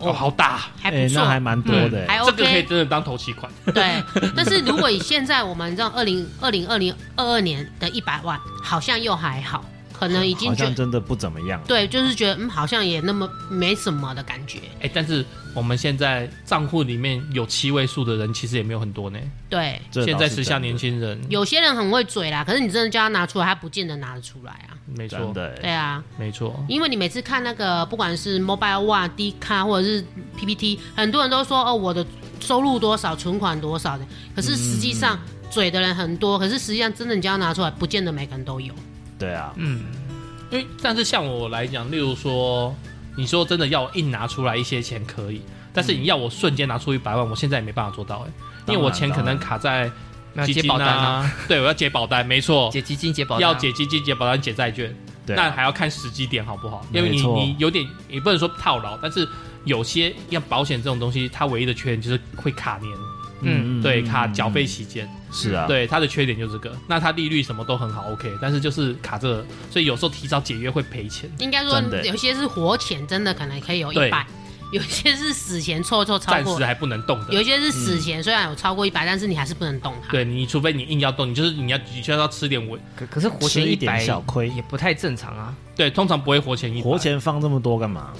S5: 哦，好大，
S2: 还
S1: 哎
S2: 不错，
S1: 那
S2: 嗯
S1: 还蛮多的、
S2: 还
S5: 哎这个可以
S2: 哎 OK。
S5: 真的当头期款，
S2: 对，但是如果以现在我们这种二零二零二零二二年的一百万，好像又还好，可能已经
S1: 好
S2: 觉
S1: 像真的不怎么样。
S2: 对，就是觉得嗯，好像也那么没什么的感觉。
S5: 哎，但是我们现在账户里面有七位数的人其实也没有很多呢，
S2: 对，
S1: 这倒是
S5: 现在时下
S1: 真的
S5: 年轻人，
S2: 有些人很会嘴啦，可是你真的叫他拿出来，他不见得拿得出来啊。
S5: 没
S1: 真
S5: 错，
S1: 的、
S2: 对啊，
S5: 没错，
S2: 因为你每次看那个，不管是 Mobile One、D 卡或者是 PPT，很多人都说哦，我的收入多少，存款多少的。可是实际上、
S5: 嗯
S2: 嘴的人很多，可是实际上真的你叫他拿出来，不见得每个人都有。
S1: 对啊，
S5: 因为但是像我来讲，例如说，你说真的要我硬拿出来一些钱可以，但是你要我瞬间拿出一百万，我现在也没办法做到哎、因为我钱可能卡在
S4: 那
S5: 基
S4: 接
S5: 金
S4: 保单啊，
S5: 啊，对，我要解保单，没错，
S4: 解基金解保单啊
S5: 要解基金、解保单、解债券，
S1: 对
S5: 那
S1: 啊
S5: 还要看时机点好不好？
S1: 没
S5: 因为你
S1: 错
S5: 你有点，也不能说套牢，但是有些像保险这种东西，它唯一的缺点就是会卡年，
S4: 嗯
S5: 对，卡缴费期间，
S1: 是啊，
S5: 对，它的缺点就是这个。那它利率什么都很好，OK，但是就是卡这个所以有时候提早解约会赔钱。
S2: 应该说
S1: 真的
S2: 有些是活钱，真的可能可以有一
S5: 对
S2: 百；有些是死钱凑一凑超
S5: 暂
S2: 过
S5: 时，还不能动
S2: 有
S5: 的。
S2: 一些是死钱、虽然有超过一百，但是你还是不能动它。
S5: 对你，除非你硬要动，你就是你要的确要吃点稳。
S4: 可可是活
S1: 吃
S4: 钱
S1: 一
S4: 百
S1: 点小亏
S4: 也不太正常啊，
S5: 对，通常不会活钱一百
S1: 活钱放这么多干嘛？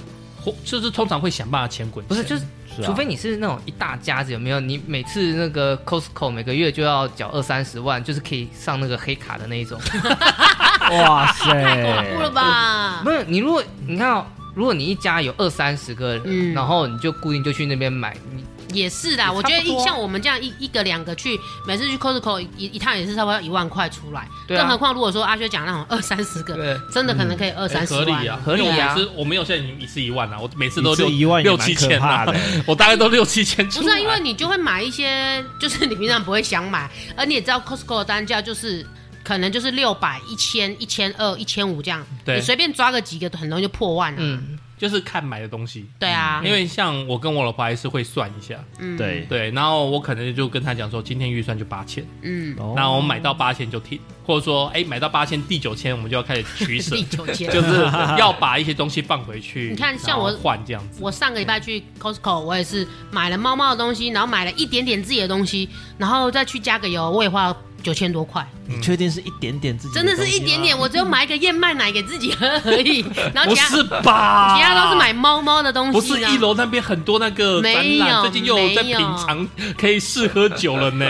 S5: 活就是通常会想办法钱滚钱。
S4: 不是就是。
S1: 是啊
S4: 除非你是那种一大家子，有没有？你每次那个 Costco 每个月就要缴二三十万，就是可以上那个黑卡的那一种。
S1: 哇
S2: 恐怖了
S1: 塞，
S2: 吧
S4: 不？是你，如果你看、哦，如果你一家有二三十个人，
S2: 嗯
S4: 然后你就固定就去那边买，你
S2: 也是啦，
S4: 也
S2: 我
S4: 差
S2: 觉
S4: 不
S2: 得一
S4: 多啊
S2: 像我们这样一一个两个去，每次去 Costco 一一趟也是差不多要一万块出来，
S4: 对啊
S2: 更何况如果说阿薛讲那种二三十个，
S4: 对
S2: 真的可能可以二
S5: 哎
S2: 三十
S5: 合
S2: 万，
S5: 理啊，
S4: 合理
S5: 因为我
S4: 啊
S5: 每次我没有现在一次一万啊，我每次
S1: 一
S5: 都
S1: 次
S5: 六
S1: 一万也
S5: 六
S1: 蛮
S5: 七
S1: 可
S5: 千
S1: 怕
S5: 啊
S1: 的，
S5: 我大概都六七千出
S2: 不
S5: 来。
S2: 是、啊、因为你就会买一些，就是你平常不会想买，而你也知道 Costco 的单价就是可能就是六百、一千、一千二、一千五这样，
S5: 对
S2: 你随便抓个几个很容易就破万了、
S4: 嗯，
S5: 就是看买的东西，
S2: 对啊，
S5: 嗯因为像我跟我老婆还是会算一下，
S2: 嗯
S1: 对，
S5: 对，然后我可能就跟她讲说，今天预算就八千，
S2: 嗯，
S1: 哦
S5: 然后我买到八千就停，或者说哎买到八千第九千我们就要开始取 舍
S2: 第，九 千，
S5: 就是要把一些东西放回去。
S2: 你看像我
S5: 然后换这样子，
S2: 我上个礼拜去 Costco，我也是买了猫猫的东西，然后买了一点点自己的东西，然后再去加个油，我也花九千多块，
S1: 你确定是一点点自己
S2: 真的是一点点，我只有买一个燕麦奶给自己喝而 已，然后
S5: 啊不
S2: 其他
S5: 是吧？
S2: 其他都是买猫猫的东西，啊
S5: 不是一楼那边很多那个展
S2: 嗯没有
S5: 览，最近又有在
S2: 没
S5: 品
S2: 有
S5: 尝可以试喝酒 了呢，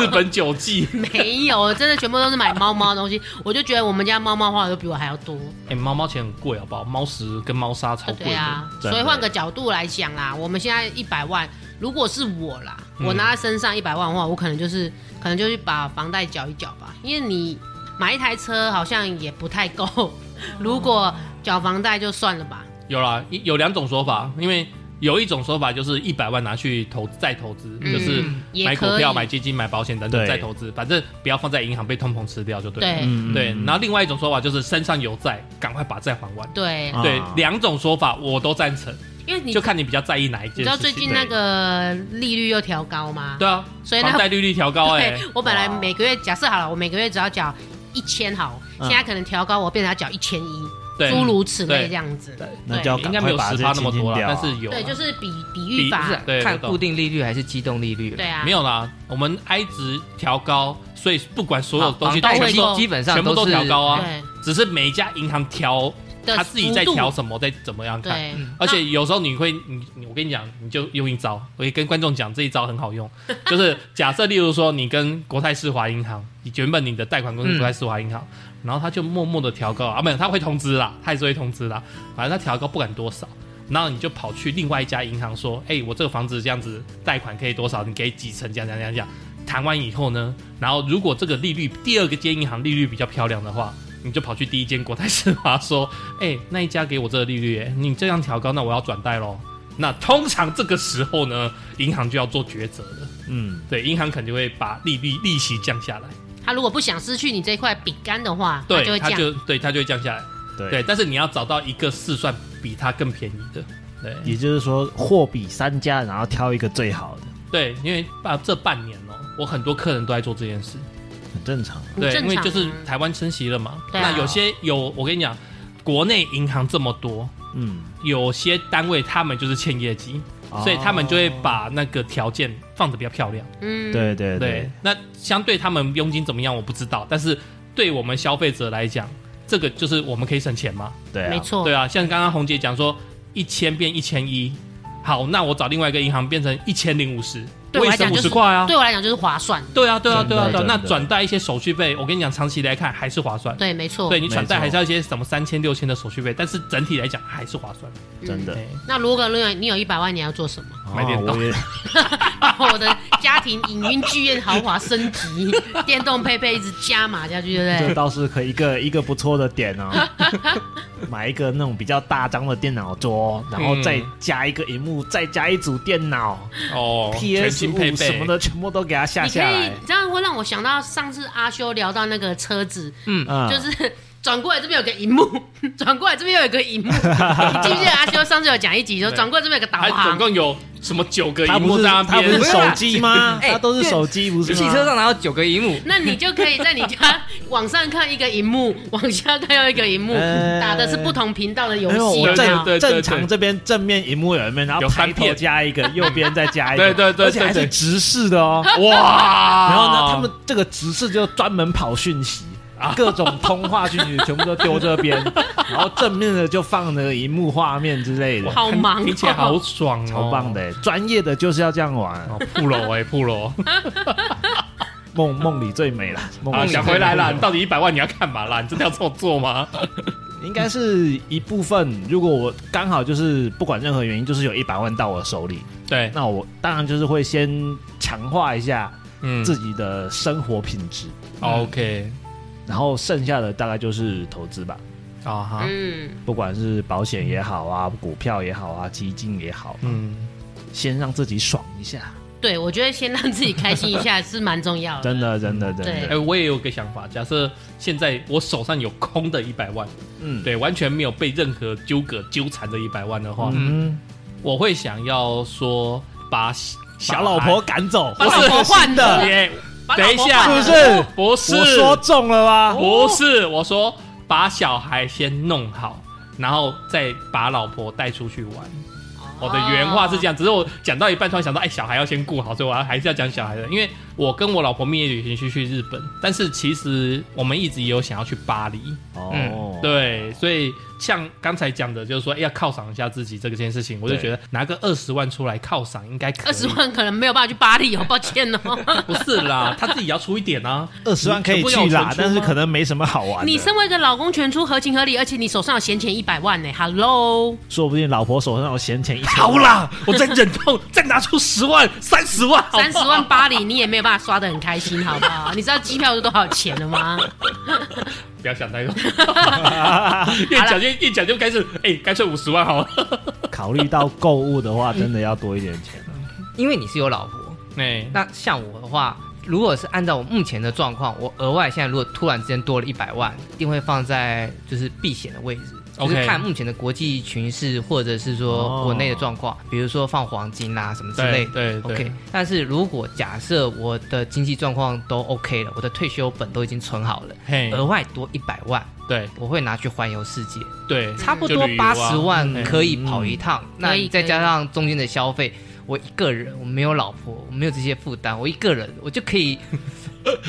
S5: 日本酒季。
S2: 没有，真的全部都是买猫猫的东西，我就觉得我们家猫猫花的都比我还要多，
S5: 哎，猫猫钱很贵好不好？猫食跟猫砂超贵
S2: 对
S5: 的。
S2: 啊，
S1: 真的
S2: 所以换个角度来想啦，我们现在一百万，如果是我啦，
S5: 嗯
S2: 我拿在身上一百万的话，我可能就是可能就是把房贷缴一缴吧，因为你买一台车好像也不太够，如果缴房贷就算了吧，
S5: 有啦，一有两种说法，因为有一种说法就是一百万拿去投再投资，
S2: 嗯
S5: 就是
S2: 也
S5: 买股
S2: 可以
S5: 票、买基金、买保险等等
S1: 对
S5: 再投资，反正不要放在银行被通膨吃掉就对了。
S2: 对、
S1: 嗯
S5: 对，然后另外一种说法就是身上有债，赶快把债还完。
S2: 对，
S1: 啊
S5: 对，两种说法我都赞成，
S2: 因为你
S5: 就看你比较在意哪一
S2: 你
S5: 件事情。
S2: 知道最近那个利率又调高吗？
S5: 对啊，
S2: 所以那
S5: 房贷利率调高哎、
S2: 对，我本来每个月假设好了，我每个月只要缴一千好，
S1: 嗯
S2: 现在可能调高，我变成要缴一千一，
S5: 对，
S2: 诸如此类
S5: 对
S2: 这样子。
S1: 那就要
S5: 应
S1: 赶
S5: 该没
S1: 快
S5: 有
S1: 把
S5: 十
S1: 这
S5: 趴
S1: 些钱
S5: 那么多
S1: 清
S5: 啦，
S1: 掉啊。
S5: 但是有啊
S2: 对，就是比比预
S5: 比
S4: 不
S2: 法
S4: 是、，啊
S5: 对
S4: 看
S5: 我懂
S4: 固定利率还是机动利率？
S2: 对啊，
S5: 没有啦，我们 I 值调高，所以不管所有东西
S4: 好房贷
S5: 都全部都
S4: 基基本上
S5: 全部都
S4: 都是
S5: 调高啊，
S2: 对
S5: 只是每一家银行调
S2: 的
S5: 他自己在调什么，再怎么样
S2: 幅度
S5: 看。嗯
S2: 对，
S5: 而且有时候你会，你你我跟你讲，你就用一招，我也跟观众讲这一招很好用，就是假设例如说你跟国泰世华银行，你原本你的贷款公司
S4: 嗯
S5: 国泰世华银行，然后他就默默的调高啊，没有，他会通知啦，他还是会通知啦，反正他调高不管多少。然后你就跑去另外一家银行说，哎、我这个房子这样子贷款可以多少？你给几成？这样这样这样这样。谈完以后呢，然后如果这个利率第二个间银行利率比较漂亮的话，你就跑去第一间国泰世华说，哎、那一家给我这个利率、哎，你这样调高，那我要转贷喽。那通常这个时候呢，银行就要做抉择了。
S1: 嗯，
S5: 对，银行肯定会把利率利息降下来。
S2: 他如果不想失去你这块饼干的话，他就
S5: 对，
S2: 会
S5: 它
S2: 降。
S5: 就对它就会降下来。
S1: 对
S5: 对，但是你要找到一个试算比它更便宜的。对，
S1: 也就是说货比三家，然后挑一个最好的，
S5: 对，因为啊，这半年哦、我很多客人都在做这件事。
S1: 很正常啊。
S2: 很
S5: 对，
S2: 正
S5: 因为
S2: 常
S5: 就是
S2: 啊
S5: 台湾升息了嘛。
S2: 对啊
S5: 那有些有，我跟你讲，国内银行这么多，
S1: 嗯，
S5: 有些单位他们就是欠业绩，所以他们就
S1: 哦
S5: 会把那个条件放的比较漂亮。
S2: 嗯，
S1: 对对
S5: 对
S1: 对，，
S5: 那相对他们佣金怎么样我不知道，但是对我们消费者来讲，这个就是我们可以省钱嘛。
S1: 对
S2: 没
S1: 啊，
S2: 错，
S5: 对啊，像刚刚红姐讲说一千变一千一，好，那我找另外一个银行变成一千零五十，
S2: 对
S5: 我
S2: 我
S5: 也
S2: 来讲
S5: 省五
S2: 就是
S5: 十块啊。
S2: 对我来讲就是划算。
S5: 对啊，对啊，对啊，
S1: 真的
S5: 对啊。那
S1: 真的
S5: 转贷一些手续费，我跟你讲，长期来看还是划算。
S2: 对，没错。
S5: 对你转
S1: 没
S5: 贷
S1: 错
S5: 还是要一些什么三千六千的手续费，但是整体来讲还是划算。哎
S2: 嗯
S1: 真的。
S5: 对
S2: 那如果你有你有一百万，你要做什么？
S5: 买电
S1: 哦
S5: 动
S1: 我也
S2: 我的家 庭影音剧院豪华升级，电动配备一直加码下去，对不
S1: 这
S2: 对？
S1: 倒是可以一个一个不错的点 哦，买一个那种比较大张的电脑桌，然后再加一个荧幕，再加一组电脑
S5: 嗯哦全
S1: ，PS
S5: 新
S1: 五
S5: 配备
S1: 什么的全部都给它下
S2: 你可
S1: 下
S2: 以
S1: 来，
S2: 这样会让我想到上次阿修聊到那个车子，
S1: 嗯，
S2: 就是转过来这边有个荧幕， 转过来这边又有个荧幕。你记不记得阿修上次有讲一集说
S5: 对
S2: 转过来这边有个导
S5: 还总
S2: 航？
S5: 共有什么九个
S1: 它
S5: 荧
S1: 不
S5: 幕
S1: 是
S5: 在那
S1: 它不
S5: 边？
S1: 是手机吗？
S4: 哎
S1: 它都是手机不是
S4: 汽
S1: 吗？
S4: 车上哪有九个荧幕？
S2: 那你就可以在你家往上看一个荧幕， 往下看又一个荧幕，
S1: 哎
S5: 呃
S2: 打的是不同频道的游
S5: 哎
S1: 没有，
S2: 戏，
S1: 哎
S2: 啊
S1: 我
S2: 有没有？
S5: 对对
S1: 正正
S5: 对
S1: 常这边正面荧幕有一面，然后
S5: 有三
S1: 抬头
S5: 片
S1: 加 一个，右边再加一个，
S5: 对对对
S1: 而且还
S5: 对
S1: 是
S5: 对
S1: 直视的哦。
S5: 哇！
S1: 然后呢，他们这个执事就专门跑讯息，
S5: 啊
S1: 各种通话讯息全部都丢这 边，然后正面的就放那个荧幕画面之类的，
S2: 好忙、哦，
S5: 听起来好爽哦，
S1: 超棒的欸！专业的就是要这样玩，
S5: 哦，铺楼哎，铺楼。
S1: 梦梦里最美了。梦
S5: 啊，
S1: 里最美
S5: 想回来啦！你到底一百万你要干嘛啦？你真的要这么做 吗？
S1: 应该是一部分。如果我刚好就是不管任何原因，就是有一百万到我手里，
S5: 对，
S1: 那我当然就是会先强化一下
S5: 嗯哦
S1: 自己的生活品质，
S5: ，OK，
S1: 然后剩下的大概就是投资吧。
S5: 啊哈，
S2: 嗯，
S1: 不管是保险也好啊，股票也好啊，基金也好，
S5: 嗯，
S1: 先让自己爽一下，
S2: 对，我觉得先让自己开心一下是蛮重要的。
S1: 真的，真的，真
S5: 哎、
S1: 的，
S5: 我也有个想法，假设现在我手上有空的一百万，
S1: 嗯，
S5: 对，完全没有被任何纠葛纠缠的一百万的话，
S1: 嗯，
S5: 我会想要说把
S1: 把老婆赶走，
S5: 把
S1: 我
S5: 老婆
S1: 换
S5: 的，
S1: 的，
S5: 耶
S2: 把老
S5: 等
S2: 婆
S5: 一下，
S1: 是不是？
S5: 不是，
S1: 我说中了吧？
S5: 不是，我说把小孩先弄好，然后再把老婆带出去玩。我的原话是这样，只是我讲到一半突然想到，哎，小孩要先顾好，所以我要还是要讲小孩的。因为我跟我老婆蜜月旅行去去日本，但是其实我们一直也有想要去巴黎，
S1: 哦，
S5: 对，所以像刚才讲的，就是说哎要犒赏一下自己这个件事情，我就
S1: 对
S5: 觉得拿个二十万出来犒赏应该可以。
S2: 二十万可能没有办法去巴黎哦，抱歉 哦。
S5: 不是啦，他自己也要出一点 啊。
S1: 二十万可以去
S5: 全部要
S1: 啦
S5: 存，出吗
S1: 但是可能没什么好玩的。
S2: 你身为一个老公，全出合情合理，而且你手上有闲钱一百万呢，Hello，
S1: 说不定老婆手上有闲钱一千
S5: 好
S1: 万，
S5: 啦，我再忍痛，再拿出十万、三十万，好不好
S2: 三十万巴黎你也没有办法刷的很开心，好不好？你知道机票是多少钱了吗？
S5: 不要想太 多，越讲越越讲就开始，哎、干脆五十万好了。
S1: 考虑到购物的话，真的要多一点钱了。
S4: 因为你是有老婆，
S5: 哎、
S4: 那像我的话，如果是按照我目前的状况，我额外现在如果突然之间多了一百万，一定会放在就是避险的位置。就是
S5: OK
S4: 看目前的国际局势，或者是说
S1: 哦
S4: 国内的状况，比如说放黄金啦、什么之类的。
S5: 对对对
S4: OK，但是如果假设我的经济状况都 OK 了，我的退休本都已经存好了，
S5: 嘿，
S4: 额外多一百万，
S5: 对
S4: 我会拿去环游世界。
S5: 对，
S4: 嗯差不
S5: 就
S4: 多
S5: 旅游
S4: 八
S5: 啊
S4: 十万
S5: 嗯
S4: 可以跑一趟，那
S2: 嗯可以
S4: 你再加上中间的消费，我一个人我没有老婆，我没有这些负担，我一个人我就可 以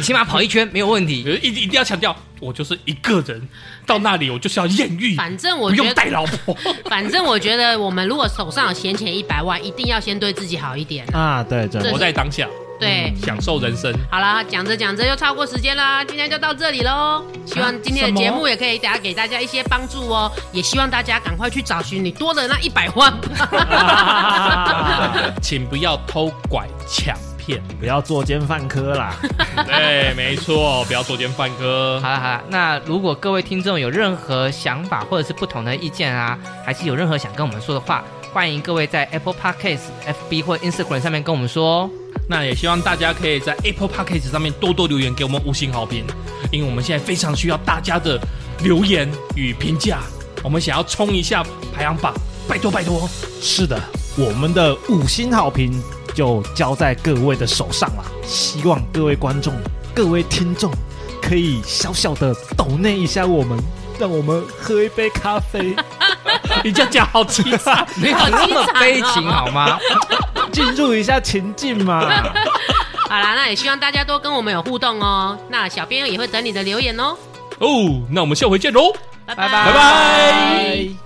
S4: 起码跑一圈没有问题。
S5: 一定一定要强调，我就是一个人，到那里我就是要艳遇，
S2: 反正我
S5: 不
S2: 觉
S5: 用带
S2: 得，
S5: 老 婆。
S2: 反正我觉得，我们如果手上有闲钱一百万，一定要先对自己好一点。
S1: 啊，对，真
S2: 这
S1: 的
S5: 活在当下，
S4: 嗯
S2: 对，
S5: 享受人生。
S2: 好啦，讲着讲着又超过时间啦，今天就到这里喽。希望今天的节目也可以大家给大家一些帮助哦，也希望大家赶快去找寻你多的那一百万吧。
S5: 请不要偷拐抢 骗。
S1: 不要作奸犯科啦。
S5: 对，没错，不要作奸犯科
S4: 好。了好了，那如果各位听众有任何想法或者是不同的意见啊，还是有任何想跟我们说的话，欢迎各位在 Apple Podcast、FB 或 Instagram 上面跟我们 说哦。
S5: 那也希望大家可以在 Apple Podcast 上面多多留言给我们五星好评，因为我们现在非常需要大家的留言与评价，我们想要冲一下排行榜，拜托拜托。
S1: 是的，我们的五星好评就交在各位的手上啦。希望各位观众、各位听众可以小小的抖内一下我们，让我们喝一杯咖啡，
S5: 你这样讲好凄惨，
S4: 没有那么
S2: 啊哦
S4: 悲情好吗？
S1: 进入一下情境 嘛。
S2: 好啦，那也希望大家多跟我们有互动哦。那小编也会等你的留言哦，
S5: 哦，那我们下回见喽。
S2: 拜
S4: 拜
S5: 拜拜
S2: 拜
S5: 拜。